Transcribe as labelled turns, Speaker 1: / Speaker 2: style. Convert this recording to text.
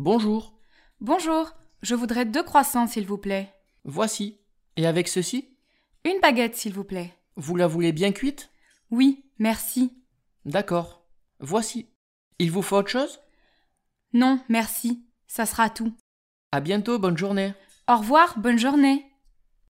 Speaker 1: Bonjour,
Speaker 2: Bonjour, je voudrais deux croissants, s'il vous plaît.
Speaker 1: voici. Et avec ceci
Speaker 2: Une baguette, s'il vous plaît.
Speaker 1: Vous la voulez bien cuite
Speaker 2: Oui, merci.
Speaker 1: D'accord, voici. Il vous faut autre chose
Speaker 2: Non, merci. Ça sera tout.
Speaker 1: À bientôt, bonne journée.
Speaker 2: Au revoir, bonne journée.